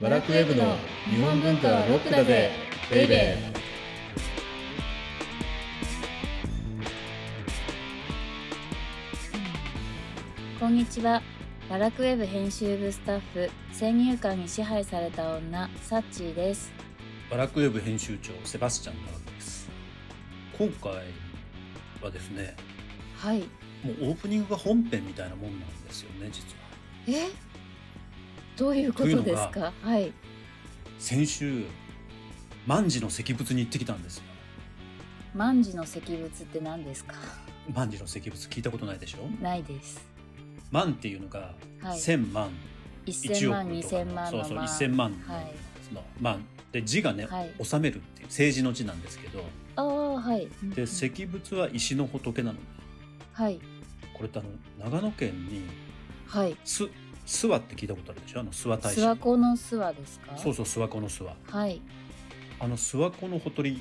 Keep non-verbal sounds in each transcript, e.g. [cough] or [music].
バラクウェブの日本文化はロックだぜベイベーこんにちは。バラクウェブ編集部スタッフ、先入観に支配された女、サッチーです。バラクウェブ編集長セバスチャンからです今回はですねはい。もうオープニングが本編みたいなもんなんですよね実はえどういうことですかはい。先週万事の石仏に行ってきたんですよ万事の石仏って何ですか [laughs] 万事の石仏聞いたことないでしょないです。万っていうのがはい。千万、 1000 1万、億とか2000の万そうのそう万。 1000万はい。の万で字がね、はい収めるっていう政治の字なんですけどああ、はい。で石仏は石の仏なのはい。これってあの長野県にはい。す諏訪って聞いたことあるでしょあの諏訪大諏社訪湖の諏訪ですかそうそう諏訪湖の諏訪はい。あの諏訪湖のほとり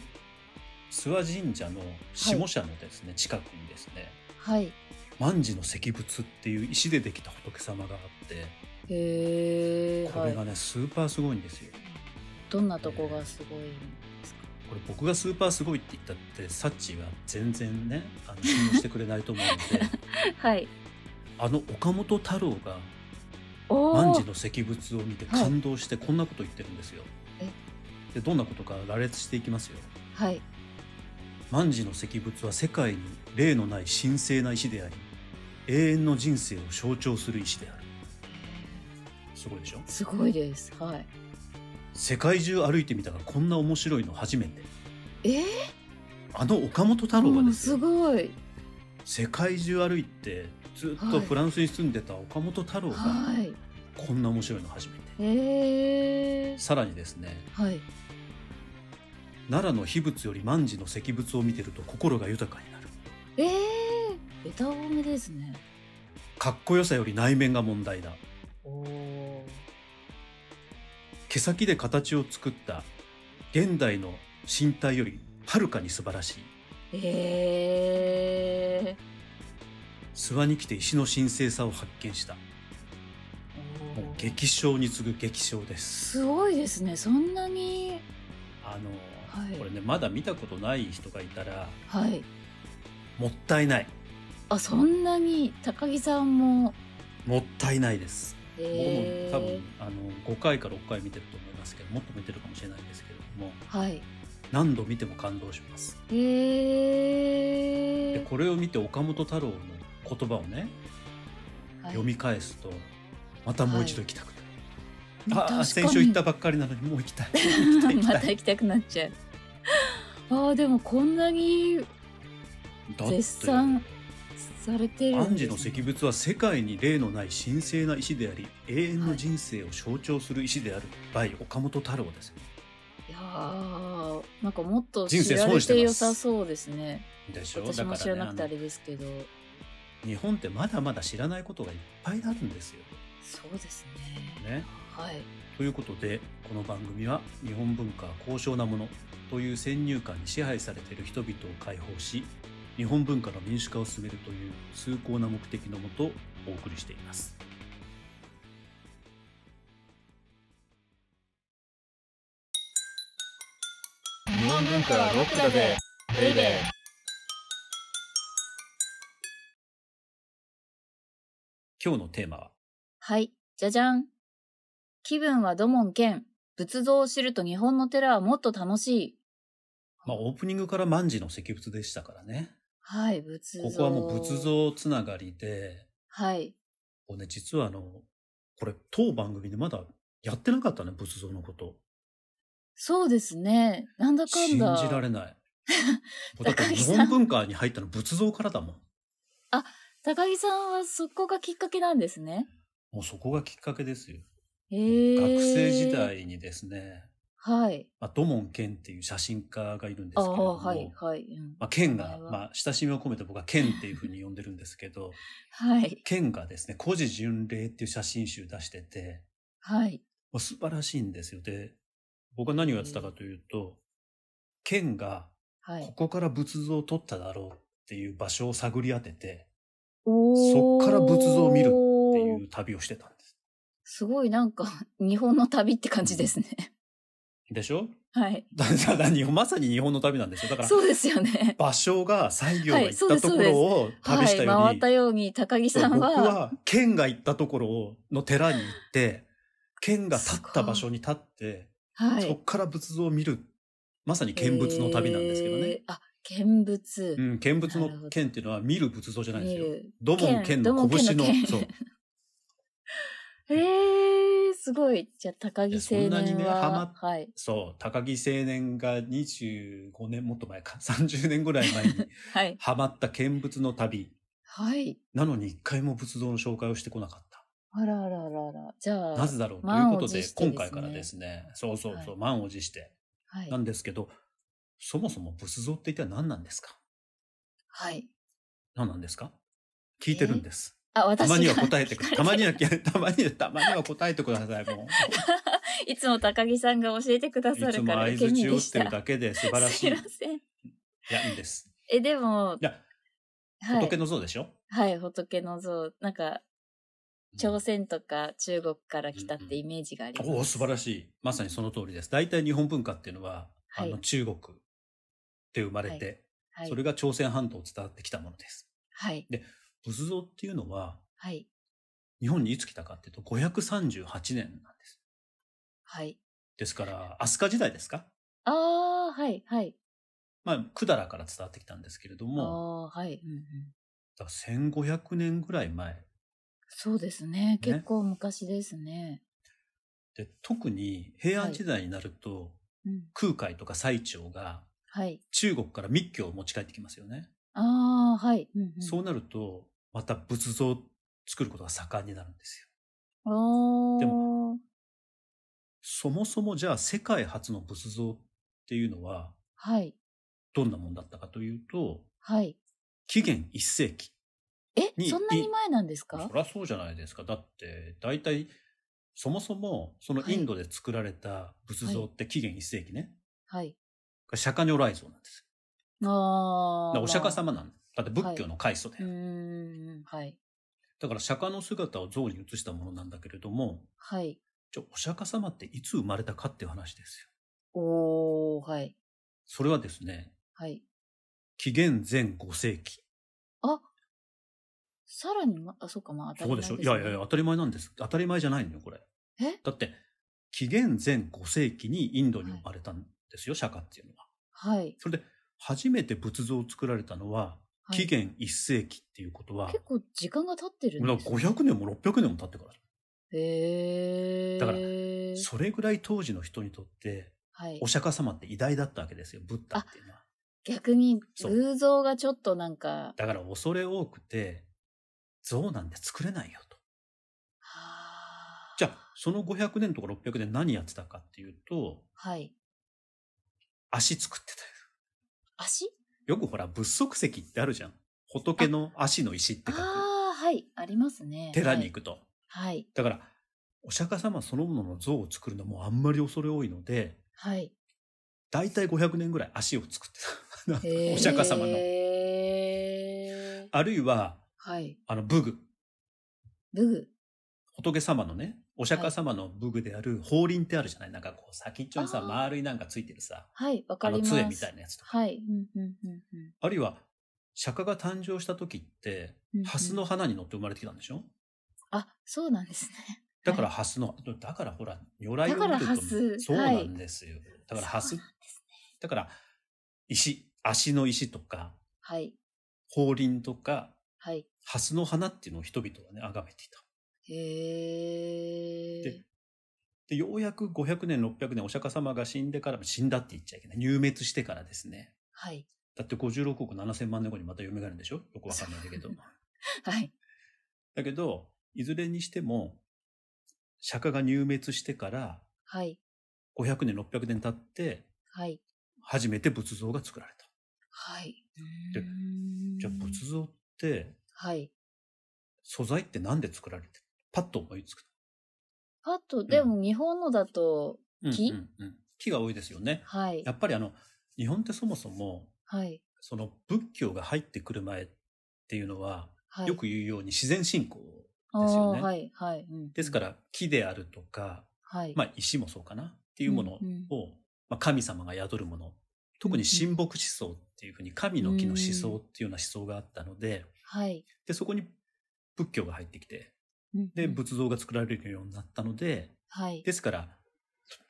諏訪神社の下社のですね、近くにですねはい。万事の石仏っていう石でできた仏様があってへえ。これがはい。ね、スーパーすごいんですよどんなとこがすごいんですかこれ僕がスーパーすごいって言ったってサッチーは全然ねあの信用してくれないと思う [laughs] のではい。あの岡本太郎がお万お事。の石仏を見て感動してこんなこと言ってるんですよ、えでどんなことか羅列していきますよはい。万事の石仏は世界に例のない神聖な石であり永遠の人生を象徴する石であるすごいでしょすごいです。はい。世界中歩いてみたがこんな面白いの初めてえー、あの岡本太郎がうでんすすよごい。世界中歩いてずっはといフランスに住んでた岡本太郎がはい。こんな面白いの初めて、えー、さらにですねはい。奈良の秘仏より万事の石仏を見てると心が豊かになるえー、歌多めですね。かっこよさより内面が問題だおお。毛先で形を作った現代の身体よりはるかに素晴らしいえ諏訪に来て石の神聖さを発見したー。もう激賞に次ぐ激賞ですすごいですね。そんなに。あの、はいこれねまだ見たことない人がいたらはい。もったいないあ、そんなに高木さんも。もったいないです僕もえー、多分あの5回から6回見てると思いますけどもっと見てるかもしれないんですけれどもはい。何度見ても感動しますえでー。これを見て岡本太郎の言葉をねはい読み返すとまたもう一度行きたくて、確かあにあ先週行ったばっかりなのにもう行きたい行きたい行 [laughs] きまたたい行きたくなっちゃう。ああ、でもこんなにだって絶賛されてるん万ですね事の石仏は世界に例のない神聖な石であり永遠の人生を象徴する石である、by 岡本太郎ですよいやーなんかもっと知人生ら損れしてますて良さそうですね。でしょ私もだ知かららねなくてああのれですけど、日本ってまだまだ知らないことがいっぱいあるんですよ。そうですね。ね、はい。ということでこの番組は日本文化は高尚なものという先入観に支配されている人々を解放し日本文化の民主化を進めるという崇高な目的のもとお送りしています。日本文化はロックだぜベイベー今日のテーマははい。じゃじゃん。気分は土門剣。仏像を知ると日本の寺はもっと楽しい。まあ、オープニングから万事の石仏でしたからね。はい、仏像。ここはもう仏。像つながりで、はい。こうね、実はあの、これ、当番組でまだやってなかったね、仏像のこと。そうですね。なんだかん信だ。じら [laughs] れない。もうだって高木日さん本文化に入ったの仏像からだもん。高木さんはそこがきっかけなんですね。もうそこがきっかけですよ。へー学生時。代にですね、はい。まあ、土門健っていう写真家がいるんですけあれども、あ、はい、はい。うんまあ、健名が、前はまあ、親しみを込めて僕は健っていうふうに呼んでるんですけど、 [laughs] はい。健がですね、古事巡礼っていう写真集出してて、はい。もう素晴らしいんですよ。で、僕は何をやってたかというと、県がはこい。こから仏像を取っただろうっていう場所を探り当てて、おーそっから仏像を見るっていう旅をしてたんです。すごいなんか [laughs] 日本の旅って感じですね。 [laughs] でしょ [laughs] はい。だだだ日本まさに日本の旅なんですよ。だから、そうですよね。場所が西行がはい行ったところをは [laughs] 旅しい、たよう回っに、たように高木そさうん僕は、は県が行ったところをの寺に行って、県が立った場所に立って、はそいこ。から仏像を見る、まさに見物の旅なんですけどね。えーあ、見物。うん、見物なるほのど剣っていうのは見る仏像じゃないんで見すよ。る。土門剣剣の拳の土門剣の剣、そう。えー、すごい。じゃあ、高木い青やそんなに年ねはハ、はい。そう、高木青年が25年、もっと前か、30年ぐらい前にはい。ハマった見物の旅。はい。なのに一回も仏像の紹介をしてこなかった。あらあらあらあら。じ [laughs] ゃあ、なぜだろうということ満を持で、してですね今回からですね、そうそうそう、はい満を持して、はいな。んですけど、そもそも仏像って一体何なんですかはい。何なんですか聞いてるんです。あ、た私まにはが答えてくたまには、いやたまには、 [laughs] たまには答えてください、もう。 [laughs] いつも高木さんが教えてく [laughs] ださいつるもから相受けづ身ちをで打っしてた。るだけで素晴らしい。すいいません。や、いいです。え、でもい、や、は仏い。の像でしょ、はい、仏の像。なんか、朝鮮とか中国から来たっうんてイメージがあります。おお、素晴らしい。まさにその通りです。大体日本文化っていうのは、はいあの中国で生まれて、はい。それが朝鮮半島を伝わってきたものです。はい。仏像っていうのは、はい。日本にいつ来たかっていうと、538年なんです。はい。ですから、飛鳥時代ですかあー、はい、はい。まあ、百済から伝わってきたんですけれどあも、ー、はい。うんうんだから1500年ぐらい前。そうですね。結構昔ですね。で、特に平安時代になると、うん。空海とか最澄がはい。中国から密教を持ち帰ってきますよね。ああ、はい。うんうん、そうなると、また仏像を作ることが盛んになるんですよ。おーでそもそもじゃあ世界初の仏像っていうのははい。どんなもんだったかというと、はい。紀元1世紀。えに、そんなに前なんですかそりゃそうじゃないですか。だって、大体、そもそもそのインドで作られた仏像って紀元1世紀ね。はい。釈迦如来像なんですよ。ああだか。らお釈迦ま様なんです。だって仏教の開祖で。あ。うーん。はい。だから釈迦の姿を像に移したものなんだけれども、はい。じゃあお釈迦様っていつ生まれたかっていう話ですよ。おー、はい。それはですね、はい。紀元前5世紀。さらに、ま、あ、そうか、まあ、当たりそう前でしょすいやいやいや、ね当たり前なんです。当たり前じゃないのよ、これ。えだって、紀元前5世紀にインドに生まれたんですよ、釈迦っていうのは。はい。それで、初めて仏像を作られたのは、はい紀元1世紀っていうことは、結構時間が経ってるんもうですね。 500年も600年も経ってから。へえ。だからそれぐらい当時の人にとって、はいお。釈迦様って偉大だったわけですよ、ブッダっていうのは。逆に、そう偶像がちょっとなんか、だから恐れ多くて、像なんて作れないよと。はーじゃあ、その500年とか600年何やってたかっていうと、はい。足作ってたよ。足よくほら、仏足石ってあるじゃん。仏の足の石って書く。ああ、はい。ありますね。寺に行くと。はい。だから、お釈迦様そのものの像を作るのはもうあんまり恐れ多いので、はい。だいたい500年ぐらい足を作ってた。 [laughs] はい。お釈迦様の。へーあるいは、はい。あの、武具。ブグ。仏様のね、お釈迦様の武具である法輪ってあるじゃないなんかこう、先っちょにさ、あー丸いなんかついてるさ、はい。わかありのます。杖みたいなやつとか。はい。うんうんうんうんあるいは、釈迦が誕生した時って、うんうん。蓮の花に乗って生まれてきたんでしょあ、そうなんですね。だからハスの、だからほら、如来を見るだとからハスそうなんですよ。だからハスそうなんですねだから石、足の石とか、はい。法輪とか、はい。ハスの花っていうのを人々はね、崇めていた。へえで。で、ようやく500年、600年、お釈迦様が死んでから、死んだって言っちゃいけない。入滅してからですね。はい。だって56億7000万年後にまた蘇るんでしょよくわかんないんだけど。はい。だけど、いずれにしても、釈迦が入滅してから、はい。 500年、600年経って、はい。初めて仏像が作られた。はい。でうーんじゃあ仏像ってはい。素材ってなんで作られてるパッと思いつく。あと、でも日本のだと、木うんうんうん木が多いですよね。はいや。っぱりあの日本ってそもそもはい。その仏教が入ってくる前っていうのは、はい。よく言うように自然信仰ですよねあーはいはい。うんですから木であるとか、はい。まあ、石もそうかなっていうものを、うんうんまあ、神様が宿るもの特に神木思想っていうふうに神の木の思想っていうような思想があったのではい。でそこに仏教が入ってきてうんでうん仏像が作られるようになったのではい。ですから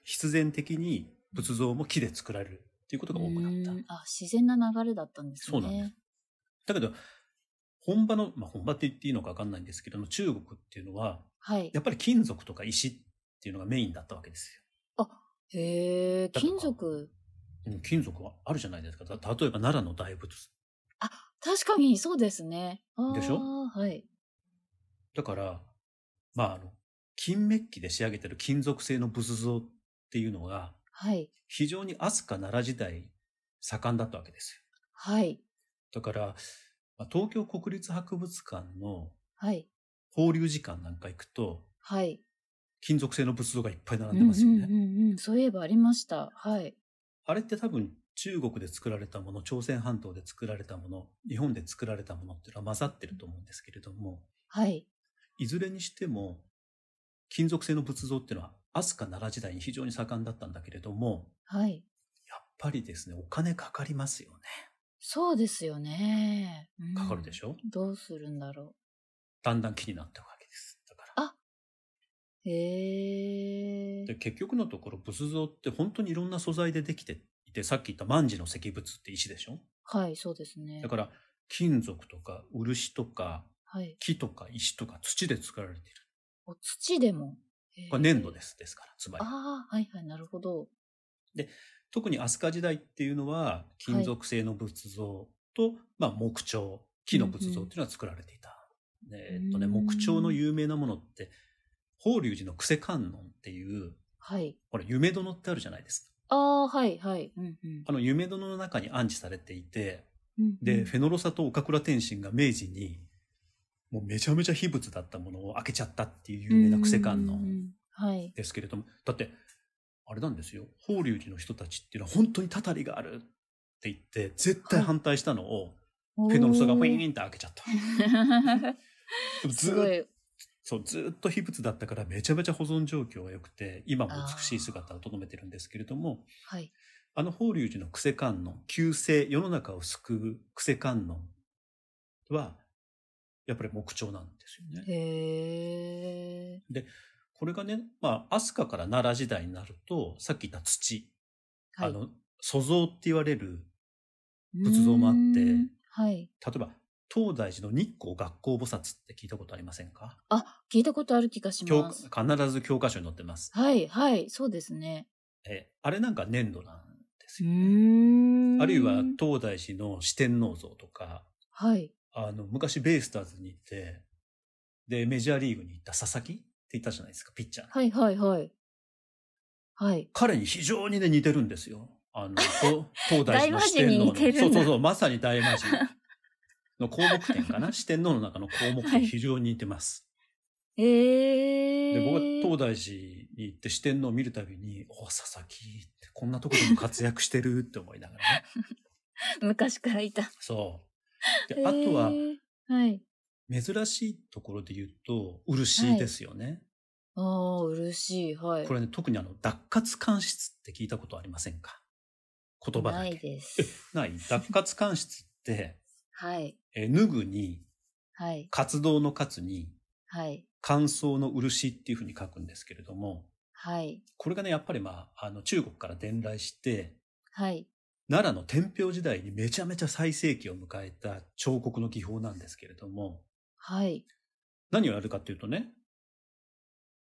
必然的に仏像も木で作られるっていうことが多くなったうー。んあ、自然な流れだったんですね。そうなんです。だけど本場の、まあ、本場って言っていいのか分かんないんですけども中国っていうのははい。やっぱり金属とか石っていうのがメインだったわけですよ。へえ、だとか金属。うん金属はあるじゃないですか。た例えば奈良の大仏。確かにそうですね。あーでしょはい。だから、まあ、あの、金メッキで仕上げてる金属製の仏像っていうのが、はい。非常に飛鳥奈良時代盛んだったわけですはい。よ。だから、まあ、東京国立博物館のはい。法隆寺館なんか行くと、はい。金属製の仏像がいっぱい並うんんでうんますようね。んうん。そういえばありました。はい。あれって多分中国で作られたもの、朝鮮半島で作られたもの、日本で作られたものっていうのは混ざってると思うんですけれども、はい。いずれにしても、金属製の仏像っていうのは、飛鳥奈良時代に非常に盛んだったんだけれども、はい。やっぱりですね、お金かかりますよね。そうですよね。うんかかるでしょ、どうするんだろだんだん気になっていくわけです。だから。う。へえで。結局のところ、仏像って本当にいろんな素材でできていて、さっき言った万字の石仏って石でしょはい、そうですねだ。から、金属とか漆とかはい。木とか石とか土で作られている。お土でも。へーこれ粘土です。ですから、つまり。ああ、はいはい、なるほど。特に飛鳥時代っていうのは金属製の仏像と、まあ、木彫木の仏像っていうのは作られていた。でえっとね、うーん木彫の有名なものって法隆寺の久世観音っていうはい。ほら夢殿ってあるじゃないですか。ああ、はいはい。うんうんあの夢殿の中に安置されていてうんうん。で、フェノロサと岡倉天心が明治にもうめちゃめちゃ秘仏だったものを開けちゃったっていう有名な久世観うんうん音うん。はい。ですけれどもだってあれなんですよ法隆寺の人たちっていうのは本当にたたりがあるって言って絶対反対したのを、フフェノロサがフィ [laughs] ーンって開けちゃった。でもずすーごっい。そうずーっと秘仏だったからめちゃめちゃ保存状況が良くて今も美しい姿をとどめてるんですけれどもはい。あの法隆寺の癖観音旧世世の中を救う癖観音はやっぱり木彫なんですよね。へえ。これがね、まあ、飛鳥から奈良時代になるとさっき言った土、はいあの塑像って言われる仏像もあってうーんはい。例えば東大寺の日光学校菩薩って聞いたことありませんかあ、聞いたことある気がし教ます。必ず教科書に載ってます、はいはい、そうですね。えーあれなんか粘土なんですよ、んあるいは東大寺の四天王像とかはい。あの昔ベイスターズに行ってでメジャーリーグに行った佐々木っていたじゃないですかピッチャーの、はいはいはい。はい。彼に非常にね似てるんですよあのと東大寺の四天王大魔神にの似てるんだそうそうそうまさに大魔神の項目 [laughs] 点かな四天王の中の項目は点い非常に似てます、ええ。で僕は東大寺に行って四天王を見るたびに「お佐々木ってこんなとこでも活躍してる」って思いながらね昔からいた。そうであとはへーはい。珍しいところで言うと漆ですよね、ああ、嬉しい。はい。これね特にあの脱活官室って聞いたことありませんか言葉だないけです。ない脱活官室 [laughs] ってはい。えー脱ぐにはい。活動の活にはい。乾燥の漆っていうふうに書くんですけれどもはい。これがねやっぱりまああの中国から伝来してはい。奈良の天平時代にめちゃめちゃ最盛期を迎えた彫刻の技法なんですけれども、はい。何をやるかというとね、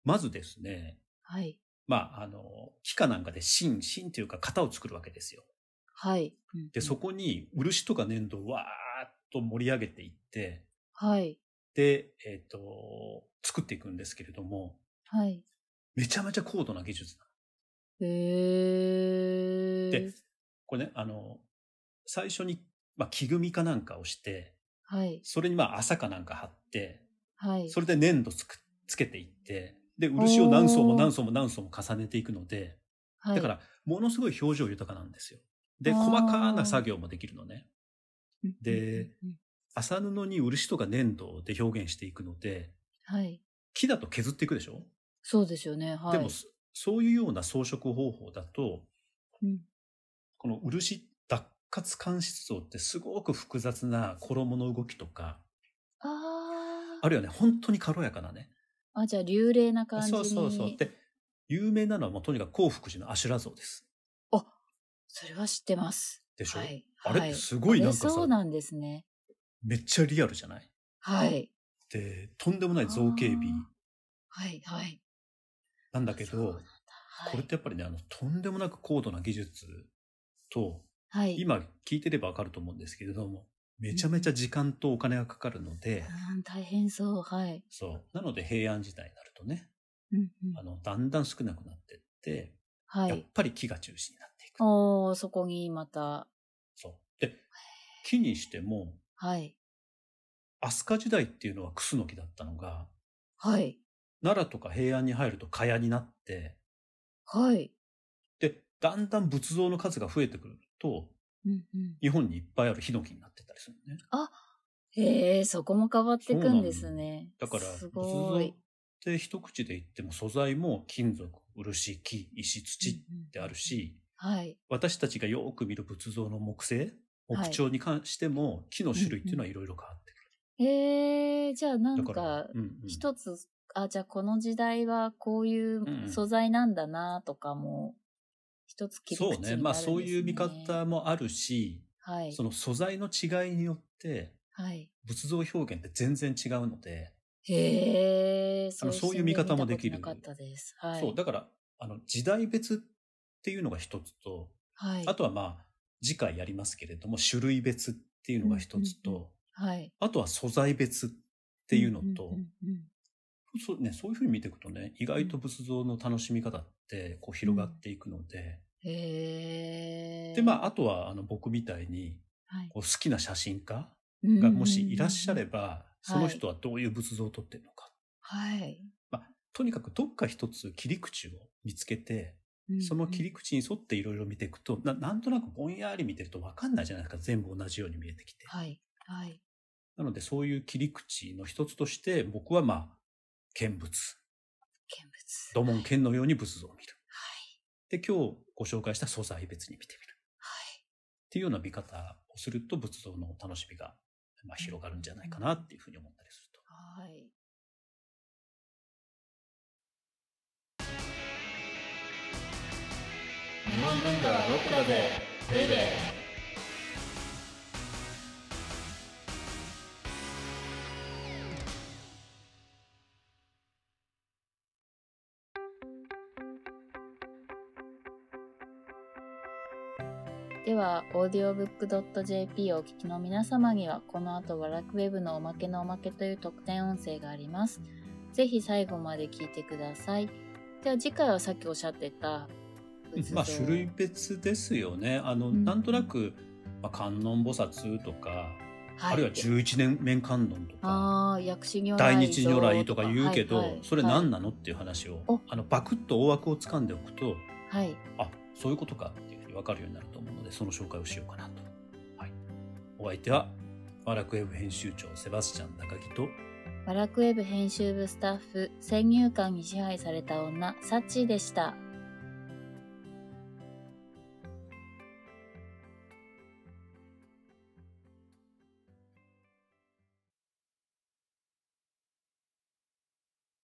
まずですね、はい。まあ、あの、木かなんかで芯、芯というか型を作るわけですよ。はい。で、そこ。こに漆とか粘土をわーっと盛り上げていって、はい。で、えっ、と、作っていくんですけれども、はい。めちゃめちゃ高度な技術なのへえ。で、これね、あの、最初に、まあ、木組みかなんかをして、はい。それにまあ、麻かなんか貼って、はい。それで粘土つくつけていって、で、漆を何層も何層も何層も重ねていくので、はい、だから、ものすごい表情豊かなんですよ。で、あー細かな作業もできるのね。うん、でうん、麻布に漆とか粘土で表現していくので、はい。木だと削っていくでしょ、そうですよね。はい。でもそそういうような装飾方法だとうん、この漆脱活間質層ってすごく複雑な衣の動きとかああるいはね本当に軽やかなねあ。あ、じゃあ、流麗な感じに。そうそうそうで有名なのはもうとにかく興福寺の阿修羅像ですそれは知ってます。でしょ、はい。あれはいすごいなんかあされそうなんですね。めっちゃリアルじゃないはい。でとんでもない造形美はい、はい。なんだけそうなんどだはい、これってやっぱりねあのとんでもなく高度な技術とはい。今聞いてればわかると思うんですけれどもめちゃめちゃ時間とお金がかかるので、うん、大変そう。はい。そうなので平安時代になるとねうんうんあのだんだん少なくなってって、はやっい。ぱり木が中心になっていく。おー、そこにまた。そうで木にしてもはい。飛鳥時代っていうのはクスノキだったのがはい。奈良とか平安に入ると茅になってはい。でだんだん仏像の数が増えてくるとうんうん。日本にいっぱいあるヒノキになってったりするのね。へえ、そこも変わってくんですね。だからす仏ご像い。って一口で言っても素材も金属漆木石土ってあるし、はい。私たちがよく見る仏像の木製はい木彫に関しても木の種類っていうのはいろいろ変わってくる。へえ、じゃあなんだからか、、うんうん一つ、あ、じゃあこの時代はこういんうんう素材なんだなとかも、一つ切り口になそるうんです、ね。ね。まあそういう見方もあるし、はい。その素材の違いによってはい。仏像表現って全然違うので、へえ、あのそういう見方もできるなかったです。はい。そう、だから、あの、時代別っていうのが一つと、はい。あとはまあ、次回やりますけれども、種類別っていうのが一つと、うんうはい。あとは素材別っていうのと、んうんうんそうね、そういうふうに見ていくとね、意外と仏像の楽しみ方ってこう広がっていくので、うんへえ。で、まあ、あとはあの僕みたいに、はいこう好きな写真家うんうんうがんもしいらっしゃれうば、んその人はどういう仏像を撮ってるのか。はい。まあ、とにかくどっか一つ切り口を見つけて、その切り口。口に沿っていろいろ見ていくとな、なんとなくぼんやり見てると分かんないじゃないですか。全部同じように見えてきて。はい。はい。なので、そういう切り口の一つとして、僕はまあ、見見仏。物。土門剣のように仏像を見る。はい。で、今日ご紹介した素材別に見てみる。はい。っていうような見方をすると、仏像の楽しみが、まあ、広がるんじゃないかなっていうふうに思ったりすると。はい。日本文化はロックだぜベイベーでは、オーディオブックドット JP をお聞きの皆様には、この後、ワラクウェブのおまけのおまけという特典音声があります。ぜひ最後まで聞いてください。では、次回はさっきおっしゃってたうん仏像、まあ種類別ですよね。あの、うんなんとなく、まあ、観音菩薩とか、はい、あるいは十一年面観音とか、ああ、薬師如来大日如来とか言うけど、はいはいそれ何なのっていう話を、おあのバクッと大枠をつかんでおくと、はい。あそういうことかっていうふうに分かるようになると思うので、その紹介をしようかなと。はい、お相手は、ワラクウェブ編集長セバスチャン高木と、ワラクウェブ編集部スタッフ、先入観に支配された女、サッチーでした。